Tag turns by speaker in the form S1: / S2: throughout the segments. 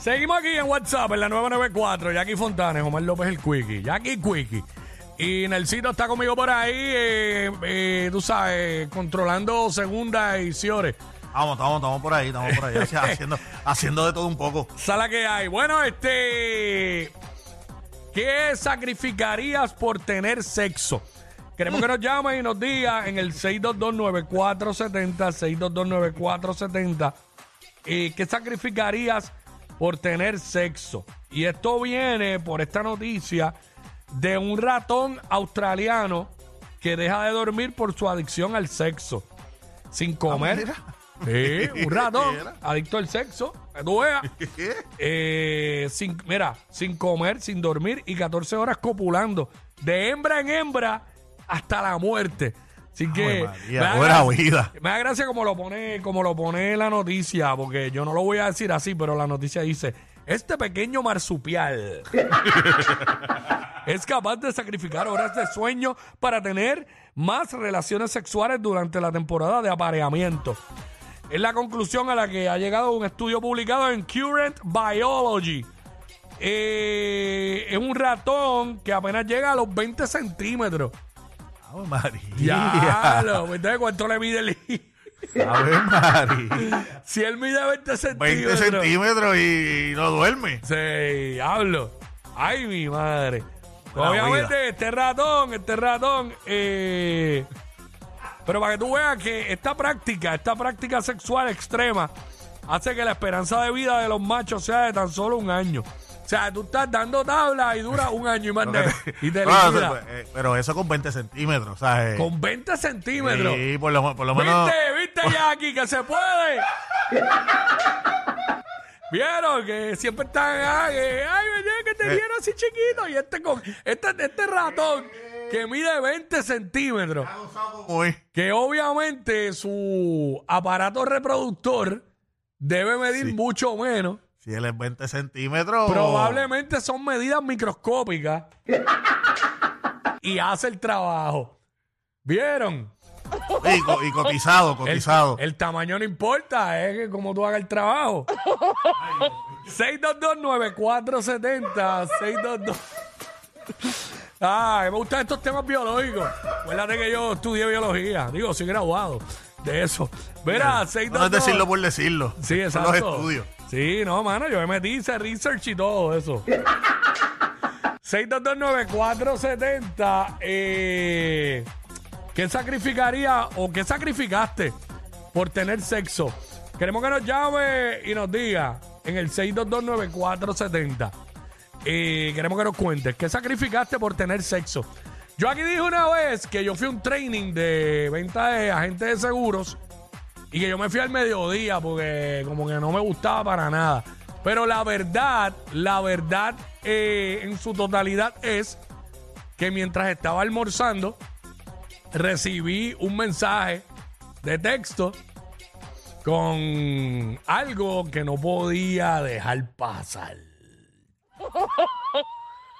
S1: Seguimos aquí en WhatsApp, en la 994. Jackie Fontanes, Omar López el Quickie. Jackie Quickie. Y Nelsito está conmigo por ahí, eh, eh, tú sabes, controlando segunda y Ciores.
S2: Vamos, estamos, estamos por ahí, estamos por ahí, hacia- haciendo, haciendo de todo un poco.
S1: Sala que hay. Bueno, este. ¿Qué sacrificarías por tener sexo? Queremos que nos llamen y nos digan en el 6229470, 6229470, eh, ¿qué sacrificarías por tener sexo? Y esto viene por esta noticia de un ratón australiano que deja de dormir por su adicción al sexo, sin comer. Sí, un ratón,
S2: Mira.
S1: adicto al sexo, que tú veas. Eh, sin, mira, sin comer, sin dormir y 14 horas copulando. De hembra en hembra hasta la muerte. Así
S2: Ah,
S1: que.
S2: María,
S1: me da
S2: buena
S1: gracia-
S2: vida.
S1: Me da gracia como lo pone, como lo pone la noticia, porque yo no lo voy a decir así, pero la noticia dice: Este pequeño marsupial es capaz de sacrificar horas de sueño para tener más relaciones sexuales durante la temporada de apareamiento. Es la conclusión a la que ha llegado un estudio publicado en Current Biology. Eh, es un ratón que apenas llega a los 20 centímetros.
S2: Ave María.
S1: Ya, lo, ¿viste cuánto le mide el
S2: Ave María.
S1: Si él este mide 20
S2: 20
S1: centímetros.
S2: centímetros y no duerme.
S1: Sí, hablo. Ay, mi madre.
S2: Buena
S1: Obviamente,
S2: vida.
S1: este ratón, este ratón. eh, Pero para que tú veas que esta práctica, esta práctica sexual extrema, hace que la esperanza de vida de los machos sea de tan solo un año. O sea, tú estás dando tabla y dura un año y más de, y te elimina.
S2: No, eso, eh, pero eso con 20 centímetros, ¿sabes?
S1: Con 20 centímetros.
S2: pues. Sí, por lo, por lo menos.
S1: ¿Viste? ¿Viste, Jackie? Que se puede. ¿Vieron? Que siempre están. Ay, eh, ay, oye, que te vieron así chiquito. Y este, con, este, este ratón que mide 20 centímetros.
S2: Uy.
S1: Que obviamente su aparato reproductor debe medir
S2: Sí. Oh.
S1: mucho menos.
S2: Si él es 20 centímetros.
S1: Probablemente son medidas microscópicas. y hace el trabajo. ¿Vieron?
S2: Y, co- y cotizado,
S1: El-
S2: cotizado.
S1: El, tamaño no importa, es que como tú hagas el trabajo. 6229470, 622. Ay, Ah, me gustan estos temas biológicos. Acuérdate que yo estudié biología. Digo, soy graduado de eso. Verá,
S2: no es
S1: 622.
S2: decirlo por decirlo.
S1: Sí,
S2: Son
S1: exacto.
S2: los estudios.
S1: Sí, no, mano, yo me metí, hice research y todo eso. 6229470, eh, ¿qué sacrificaría o qué sacrificaste por tener sexo? Queremos que nos llame y nos diga en el 6229470. Eh, queremos que nos cuentes, ¿qué sacrificaste por tener sexo? Yo aquí dije una vez que yo fui a un training de venta de agentes de seguros. Y que yo me fui al mediodía porque como que no me gustaba para nada. Pero la verdad, la verdad eh, en su totalidad es que mientras estaba almorzando, recibí un mensaje de texto con algo que no podía dejar pasar.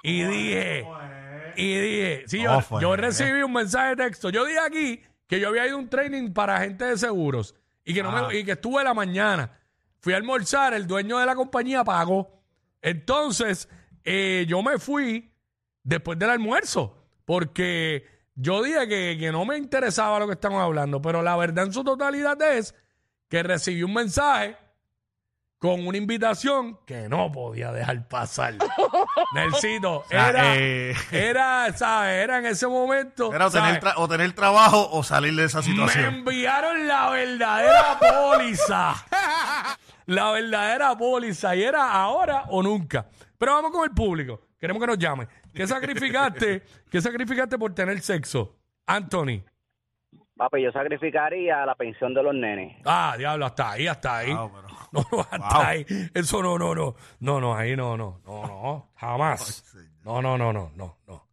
S1: Y dije, y dije, sí, yo,
S2: ¿Cómo fue?
S1: yo recibí un mensaje de texto. Yo dije aquí que yo había ido a un training para gente de seguros y que, no me- y que estuve la mañana. Fui a almorzar, el dueño de la compañía pagó. Entonces, eh, yo me fui después del almuerzo, porque yo dije que, que no me interesaba lo que estamos hablando, pero la verdad en su totalidad es que recibí un mensaje con una invitación que no podía dejar pasar. Nelsito,
S2: sea,
S1: era,
S2: eh,
S1: era, ¿sabes? Era en ese momento.
S2: Era o tener,
S1: ¿sabes?
S2: tra- o tener trabajo o salir de esa
S1: Me
S2: situación.
S1: enviaron la verdadera póliza. La verdadera póliza. Y era ahora o nunca. Pero vamos con el público. Queremos que nos llame. ¿Qué sacrificaste? ¿Qué sacrificaste por tener sexo? Anthony.
S3: Papi, yo sacrificaría la pensión de los nenes.
S1: Ah, diablo, hasta ahí, hasta ahí.
S2: Ah, pero-
S1: No, no, hasta
S2: Wow.
S1: ahí. Eso no, no, no. No, no, ahí no, no. No, no. Jamás. No, no, no, no, no, no.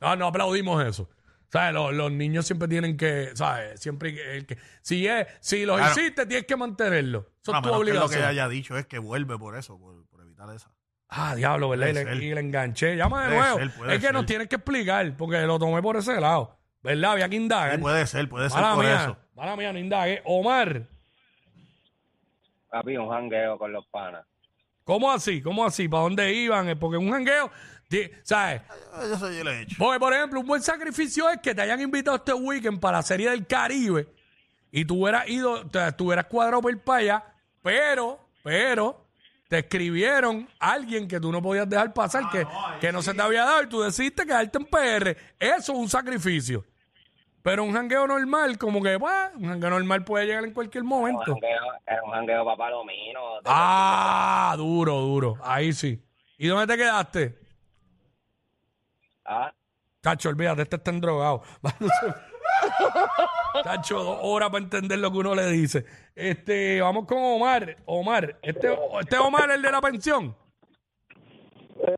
S1: No, no aplaudimos eso. ¿Sabes? Los, los niños siempre tienen que, ¿sabes? Siempre que- el que- si es, si los
S2: Claro.
S1: hiciste, tienes que mantenerlo. Eso
S2: A
S1: es tu
S2: menos que lo que
S1: obligación.
S2: haya dicho es que vuelve por eso, por, por evitar esa.
S1: Ah, diablo, ¿verdad? Y
S2: Puede
S1: le,
S2: ser.
S1: y le enganché. Llama de
S2: Puede
S1: nuevo.
S2: ser, puede
S1: es que nos
S2: ser.
S1: tienes que explicar, porque lo tomé por ese lado. ¿Verdad? Había que indagar.
S2: Sí, puede ser, puede ser
S1: Mala
S2: por
S1: mía,
S2: eso.
S1: mala mía, no indague. Omar,
S3: Papi, un jangueo con los panas.
S1: ¿Cómo así? ¿Cómo así? ¿Para dónde iban? Eh, Porque un jangueo, ti- ¿sabes?
S2: Yo eso yo lo he hecho.
S1: Porque, por ejemplo, un buen sacrificio es que te hayan invitado este weekend para la Serie del Caribe y tú hubieras ido, te, tú hubieras cuadrado por ir para allá, pero, pero, te escribieron a alguien que tú no podías dejar pasar, que, que no se te había dado y tú decidiste quedarte en PR. Eso es un sacrificio. Pero un jangueo normal, como que, bah, un jangueo normal puede llegar en cualquier
S3: Un
S1: momento.
S3: jangueo, es un jangueo para palomino.
S1: Ah, duro, duro. Ahí sí. ¿Y dónde te quedaste?
S3: Ah,
S1: Tacho, olvídate, este está drogado. Tacho, dos horas para entender lo que uno le dice. Este, vamos con Omar. Omar, este, este Omar, el de la pensión.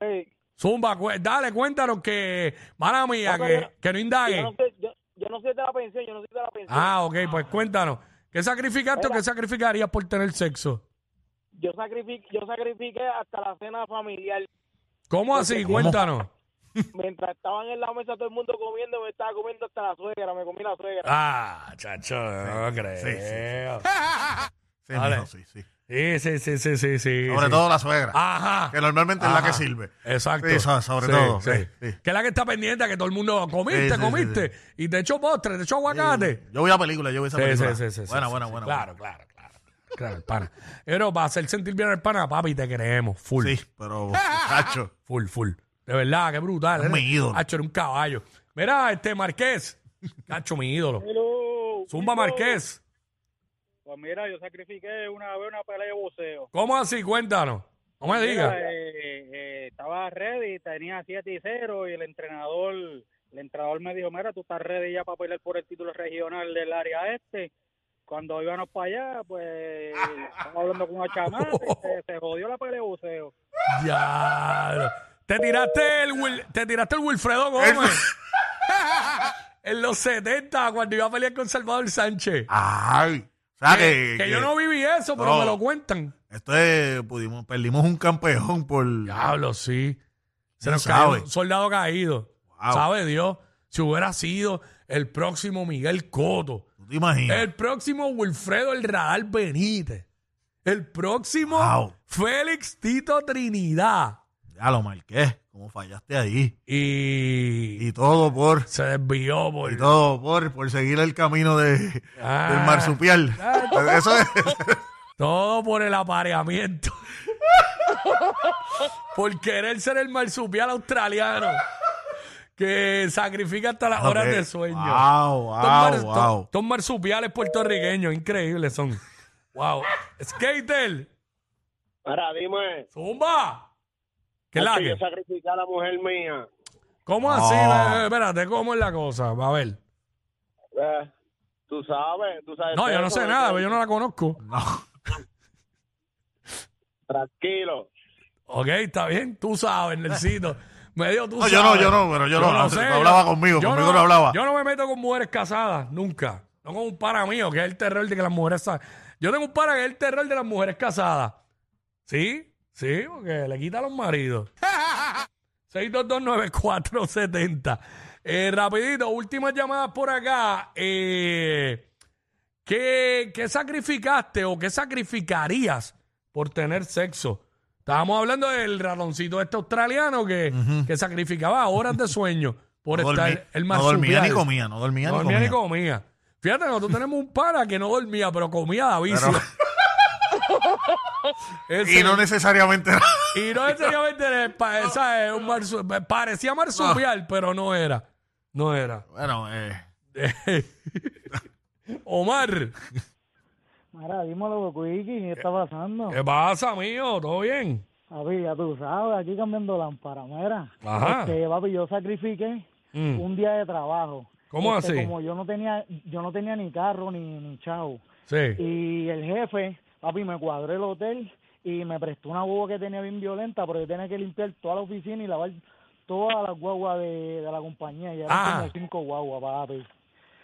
S4: Ey,
S1: Zumba, cu- dale, cuéntanos que, mala mía, que, que no
S4: yo,
S1: indague.
S4: no sé, yo, yo no soy de la pensión, yo no soy de la pensión.
S1: Ah, ok, pues cuéntanos. ¿Qué sacrificaste o qué sacrificarías por tener sexo?
S4: Yo, sacrific, yo sacrifiqué hasta la cena familiar.
S1: ¿Cómo así? Cuéntanos.
S4: Mientras estaban en la mesa todo el mundo comiendo, me estaba comiendo hasta la suegra, me comí la suegra.
S1: Ah, chacho, no creo.
S2: Sí,
S1: Vale.
S2: mijo, sí, sí.
S1: Sí, sí, sí, sí, sí, sí.
S2: Sobre
S1: sí.
S2: todo la suegra,
S1: Ajá.
S2: que normalmente es
S1: Ajá.
S2: la que sirve.
S1: Exacto.
S2: Sí, so- sobre
S1: Sí,
S2: todo.
S1: sí.
S2: Sí, sí.
S1: Que es la que está pendiente, que todo el mundo comiste,
S2: Sí, sí,
S1: comiste. Y te echó postre, te echó aguacate.
S2: Yo voy a película, yo voy a esa
S1: Sí,
S2: película.
S1: sí, sí, sí, sí,
S2: buena,
S1: sí,
S2: buena,
S1: sí.
S2: buena.
S1: Claro, claro, claro. Claro, el pana. Pero para hacer sentir bien al pana, papi, te queremos. Full.
S2: Sí, pero, cacho,
S1: Full, full. De verdad, qué brutal.
S2: Es
S1: Eres-
S2: mi ídolo.
S1: Hacho, era un caballo. Mira, este Marqués. Cacho, mi ídolo.
S4: Hello,
S1: Zumba
S4: Pipo.
S1: Marqués.
S4: Pues mira, yo sacrifiqué una vez una pelea de boxeo.
S1: ¿Cómo así? Cuéntanos. No me digas.
S4: Mira, eh, eh, estaba ready, tenía 7 y 0 y el entrenador, el entrenador me dijo, mira, tú estás ready ya para pelear por el título regional del área este. Cuando íbamos para allá, pues, estaba hablando con una chamada y se, se jodió la pelea de buceo.
S1: Ya. Te tiraste el Wil- te tiraste el Wilfredo Gómez. en los 70 cuando iba a pelear con Salvador Sánchez.
S2: Ay, o sea Ah, que,
S1: que, yo no viví eso, pero
S2: No.
S1: me lo cuentan.
S2: Esto es, pudimos, perdimos un campeón por...
S1: Diablo, sí. Se
S2: No
S1: nos cayó
S2: sabe.
S1: un soldado caído.
S2: Wow.
S1: Sabe Dios, si hubiera sido el próximo Miguel Coto,
S2: ¿Tú te imaginas?
S1: el próximo Wilfredo El Radar Benítez, el próximo
S2: Wow.
S1: Félix Tito Trinidad.
S2: Ya lo marqué, cómo fallaste ahí.
S1: Y,
S2: Y todo por...
S1: se desvió por
S2: Y todo por, por seguir el camino de,
S1: Ah.
S2: del marsupial. Eso es.
S1: Todo por el apareamiento. por querer ser el marsupial australiano. Que sacrifica hasta las horas
S2: Ok.
S1: de sueño.
S2: Wow, wow,
S1: Estos mars-
S2: wow.
S1: to- estos marsupiales puertorriqueños, increíbles son. Wow. Skater,
S4: Ahora, dime,
S1: zumba. ¿Qué la que?
S4: sacrifiqué a la mujer mía.
S2: Ah.
S1: ¿Cómo así? Eh, Espérate, ¿cómo es la cosa? A ver.
S4: eh, tú sabes, tú sabes.
S1: No, yo no sé nada, pero yo no la conozco.
S2: No.
S4: Tranquilo.
S1: Ok, está bien, tú sabes, Nelsito. Medio tú
S2: No,
S1: sabes.
S2: yo no, yo no, pero yo no, no, no hablaba conmigo, conmigo no hablaba.
S1: Yo no me meto con mujeres casadas, nunca. No con un para mío, que es el terror de que las mujeres... sa- Yo tengo un para que es el terror de las mujeres casadas. ¿Sí? Sí, porque le quita a los maridos. 6229470. Eh, rapidito, últimas llamadas por acá. Eh, ¿qué, qué sacrificaste o qué sacrificarías por tener sexo? Estábamos hablando del ratoncito este australiano que, que sacrificaba horas de sueño por
S2: No
S1: estar
S2: dormí-
S1: el
S2: no dormía ni
S1: marsupial.
S2: comía, no dormía,
S1: No
S2: ni,
S1: dormía ni
S2: comía.
S1: comía. Fíjate, nosotros tenemos un para que no dormía, pero comía David.
S2: Y no necesariamente era-
S1: Y no necesariamente era pa- esa es un marsu- parecía marsupial, pero no era. No era.
S2: Bueno, eh,
S1: Omar,
S4: Mira, dímelo, Wiki,
S1: Eh,
S4: ¿qué está pasando?
S1: ¿qué pasa, mío? ¿Todo bien?
S4: Papi, ya tú sabes, aquí cambiando lámpara, mira.
S1: Ajá.
S4: Este, papi, yo sacrifiqué
S1: Ah. Mm.
S4: un día de trabajo.
S1: ¿Cómo
S4: Este,
S1: así?
S4: Como yo no tenía, yo no tenía ni carro ni, ni chavo.
S1: Sí.
S4: Y el jefe, papi, me cuadró el hotel y me prestó una guagua que tenía bien violenta, pero yo tenía que limpiar toda la oficina y lavar todas las guaguas de, de la compañía. Y eran
S1: Ah.
S4: como cinco guaguas, papi.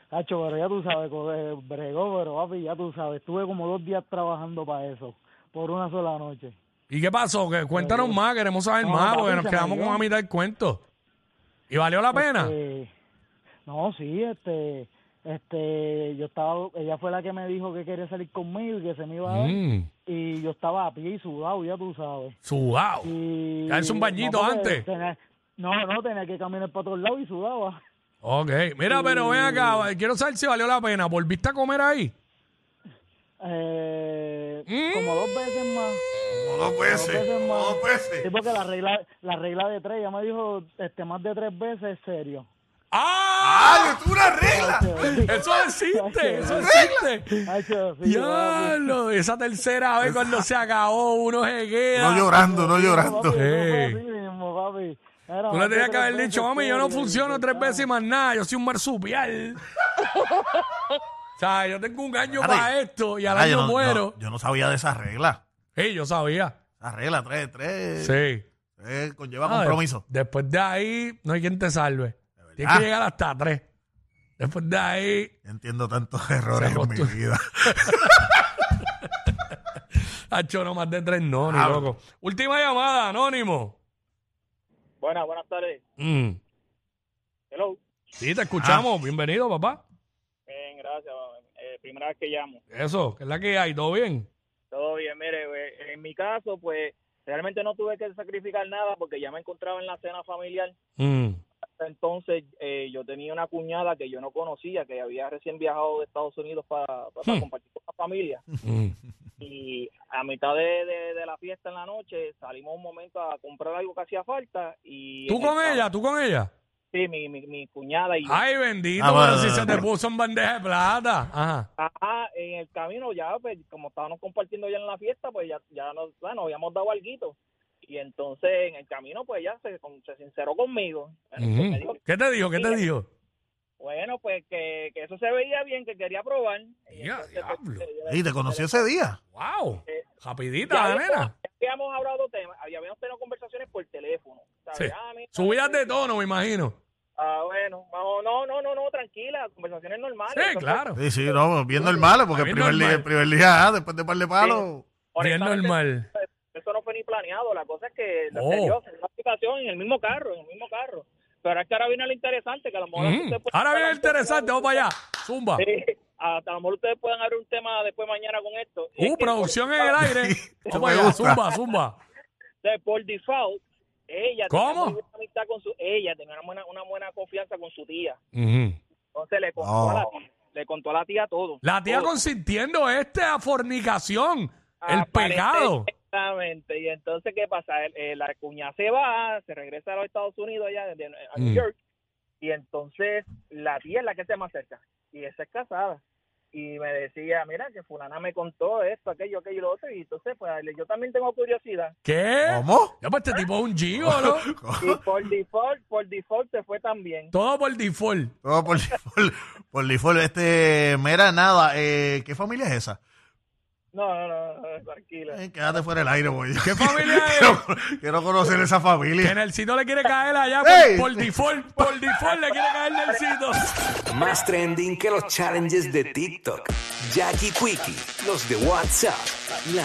S4: Cacho, pero ya tú sabes, co- eh, bregó, pero papi, ya tú sabes. Estuve como dos días trabajando para eso, por una sola noche.
S1: ¿Y qué pasó? Que cuéntanos más, queremos saber
S4: No,
S1: más, porque
S4: papi,
S1: nos
S4: se
S1: quedamos
S4: me
S1: con la
S4: dio.
S5: Eh,
S1: mitad del cuento. ¿Y valió la pena?
S4: Este, no, sí, este,
S5: Este, yo estaba, ella fue la que me dijo que quería salir conmigo y que se me iba a dar.
S1: Mm,
S5: Y yo estaba a pie y sudado, ya tú sabes.
S1: sudado.
S5: Y,
S1: Caerse un bañito
S5: porque
S1: antes.
S5: tenía- no, no, tenía que caminar para todos lados y sudaba.
S1: Ok, mira, pero ven acá, quiero saber si valió la pena. ¿Volviste a comer ahí?
S5: Eh,
S1: Mm.
S5: Como dos veces más.
S2: Como dos
S5: Dos
S2: veces,
S5: veces
S2: como
S5: más.
S2: dos
S5: Sí,
S2: veces.
S5: porque la regla, la regla de tres, ella me dijo este, más de tres veces es serio.
S1: ¡Ah!
S2: ¡Ah, tú una regla!
S1: Eso existe, eso existe.
S5: Ay, yo, sí, papi.
S1: Diablo, esa tercera vez cuando se acabó, uno se queda.
S2: No llorando, no
S5: Papi,
S2: llorando.
S5: eso fue
S1: Ey.
S5: así mismo, papi. Era
S1: Tú
S5: más
S1: le
S5: de
S1: tenías que
S5: tres
S1: haber
S5: veces
S1: dicho, mami, yo no
S5: serio".
S1: funciono tres veces y más nada, yo soy un marsupial. o sea, yo tengo un año
S2: Ari.
S1: para esto y al
S2: Ah,
S1: año
S2: yo, no,
S1: muero.
S2: no, yo no sabía de esa regla.
S1: Ey, yo sabía.
S2: Esa regla, tres, tres.
S1: Sí.
S2: tres, conlleva
S1: Ah,
S2: compromiso. Ah.
S1: de- después de ahí, no hay quien te salve. Tienes que llegar hasta tres. Después de ahí,
S2: Entiendo tantos errores
S1: Se
S2: en mi
S1: acostu-
S2: vida.
S1: ha hecho no más de tres, no, ni
S2: Ah,
S1: loco. Última llamada, anónimo.
S5: Buenas, buenas tardes.
S1: Mm.
S5: Hello.
S1: Sí, te
S2: Ah.
S1: escuchamos. Bienvenido, papá.
S5: Bien, gracias. papi. Eh, primera vez que llamo.
S1: Eso, que es la que hay, todo bien.
S5: Todo bien, mire, eh, en mi caso, pues realmente no tuve que sacrificar nada porque ya me encontraba en la cena familiar.
S1: Mm.
S5: Hasta Entonces eh, yo tenía una cuñada que yo no conocía, que había recién viajado de Estados Unidos para, para- para
S1: Hmm.
S5: compartir con la familia.
S1: Mm.
S5: Y a mitad de, de- de la fiesta en la noche salimos un momento a comprar algo que hacía falta. y
S1: ¿Tú
S5: en
S1: con
S5: el-
S1: ella? ¿Tú con ella?
S5: Sí, mi, mi, mi cuñada y yo.
S1: Ay, bendito,
S2: Ah,
S1: pero
S2: bueno,
S1: si
S2: bueno,
S1: se te
S2: bueno.
S1: puso en bandeja de plata. Ajá.
S5: Ajá, ah, en el camino ya, pues, como estábamos compartiendo ya en la fiesta, pues ya, ya nos, ah, nos habíamos dado algo. Y entonces en el camino, pues ya se, con- se sinceró conmigo.
S1: Ujú.
S5: Me dijo,
S1: ¿Qué te dijo? ¿Qué te
S5: Mira.
S1: dijo?
S5: bueno, pues que, que eso se veía bien, que quería probar. Y
S1: Ya,
S5: entonces,
S1: diablo.
S5: pues, yo-
S2: Y te conocí ese día.
S1: ¡Wow!
S5: Eh,
S1: Rapidita,
S5: ya
S1: la
S5: habíamos-
S1: nena.
S5: ya habíamos hablado temas, habíamos tenido conversaciones por teléfono. ¿sabes?
S1: Sí.
S5: Ah, mira,
S1: Subidas de
S5: esto-
S1: tono, me imagino.
S5: Ah, bueno, vamos, no, no, no, no, tranquila, conversaciones normales.
S1: Sí,
S5: Entonces,
S1: claro.
S2: Sí, sí, no, bien normal, porque el
S1: Bien
S2: primer, día,
S1: normal.
S2: el primer día, ah, después de par de palos,
S1: Bien
S5: honestamente,
S1: normal.
S5: eso no fue ni planeado, la cosa es que
S1: Oh.
S5: se dio en una aplicación en el mismo carro, en el mismo carro. Pero es que ahora viene lo interesante, que a lo mejor
S1: Mm.
S5: ustedes pueden-
S1: Ahora viene el interesante, vamos para allá. Zumba.
S5: Sí, a, a lo mejor ustedes pueden abrir un tema después mañana con esto. Y es
S1: Uh,
S5: que
S1: producción
S5: por,
S1: en el aire.
S2: Eso
S1: Vamos
S2: me
S1: allá,
S2: gusta.
S1: zumba, zumba.
S5: de- por default, ella
S1: ¿Cómo?
S5: tenía muy buena amistad con su, ella tenía una buena, una buena confianza con su tía.
S1: Ujú.
S5: Entonces le contó,
S2: Oh.
S5: a, la, tía- le contó a la tía todo.
S1: La tía
S5: Todo.
S1: consintiendo este a fornicación. El
S5: Aparente-
S1: pecado.
S5: Exactamente. Y entonces, ¿qué pasa? El- eh, la cuñada se va, se regresa a los Estados Unidos, allá de- de- a New
S1: Mm.
S5: York. Y entonces, la tía es la que se más cerca. Y esa es casada. Y me decía, mira, que fulana me contó esto, aquello, aquello y lo otro. Y entonces, pues, yo también tengo curiosidad.
S1: ¿Qué?
S2: ¿cómo?
S1: Ya, pues este tipo es un gigolo.
S5: Y por default, por default se fue también.
S1: Todo por default.
S2: No, por, por, por default, este, mera nada, eh, ¿qué familia es esa?
S5: No, no, no, no, tranquila.
S2: Eh, quédate fuera del aire, boy.
S1: ¿Qué familia es?
S2: Quiero, quiero conocer esa
S1: Que
S2: familia.
S1: Nelsito le quiere caer allá por,
S2: ¡Ey!
S1: por default. Por default le quiere caer Nelsito.
S6: Más trending que los challenges de TikTok. Jackie Quickie, los de WhatsApp, la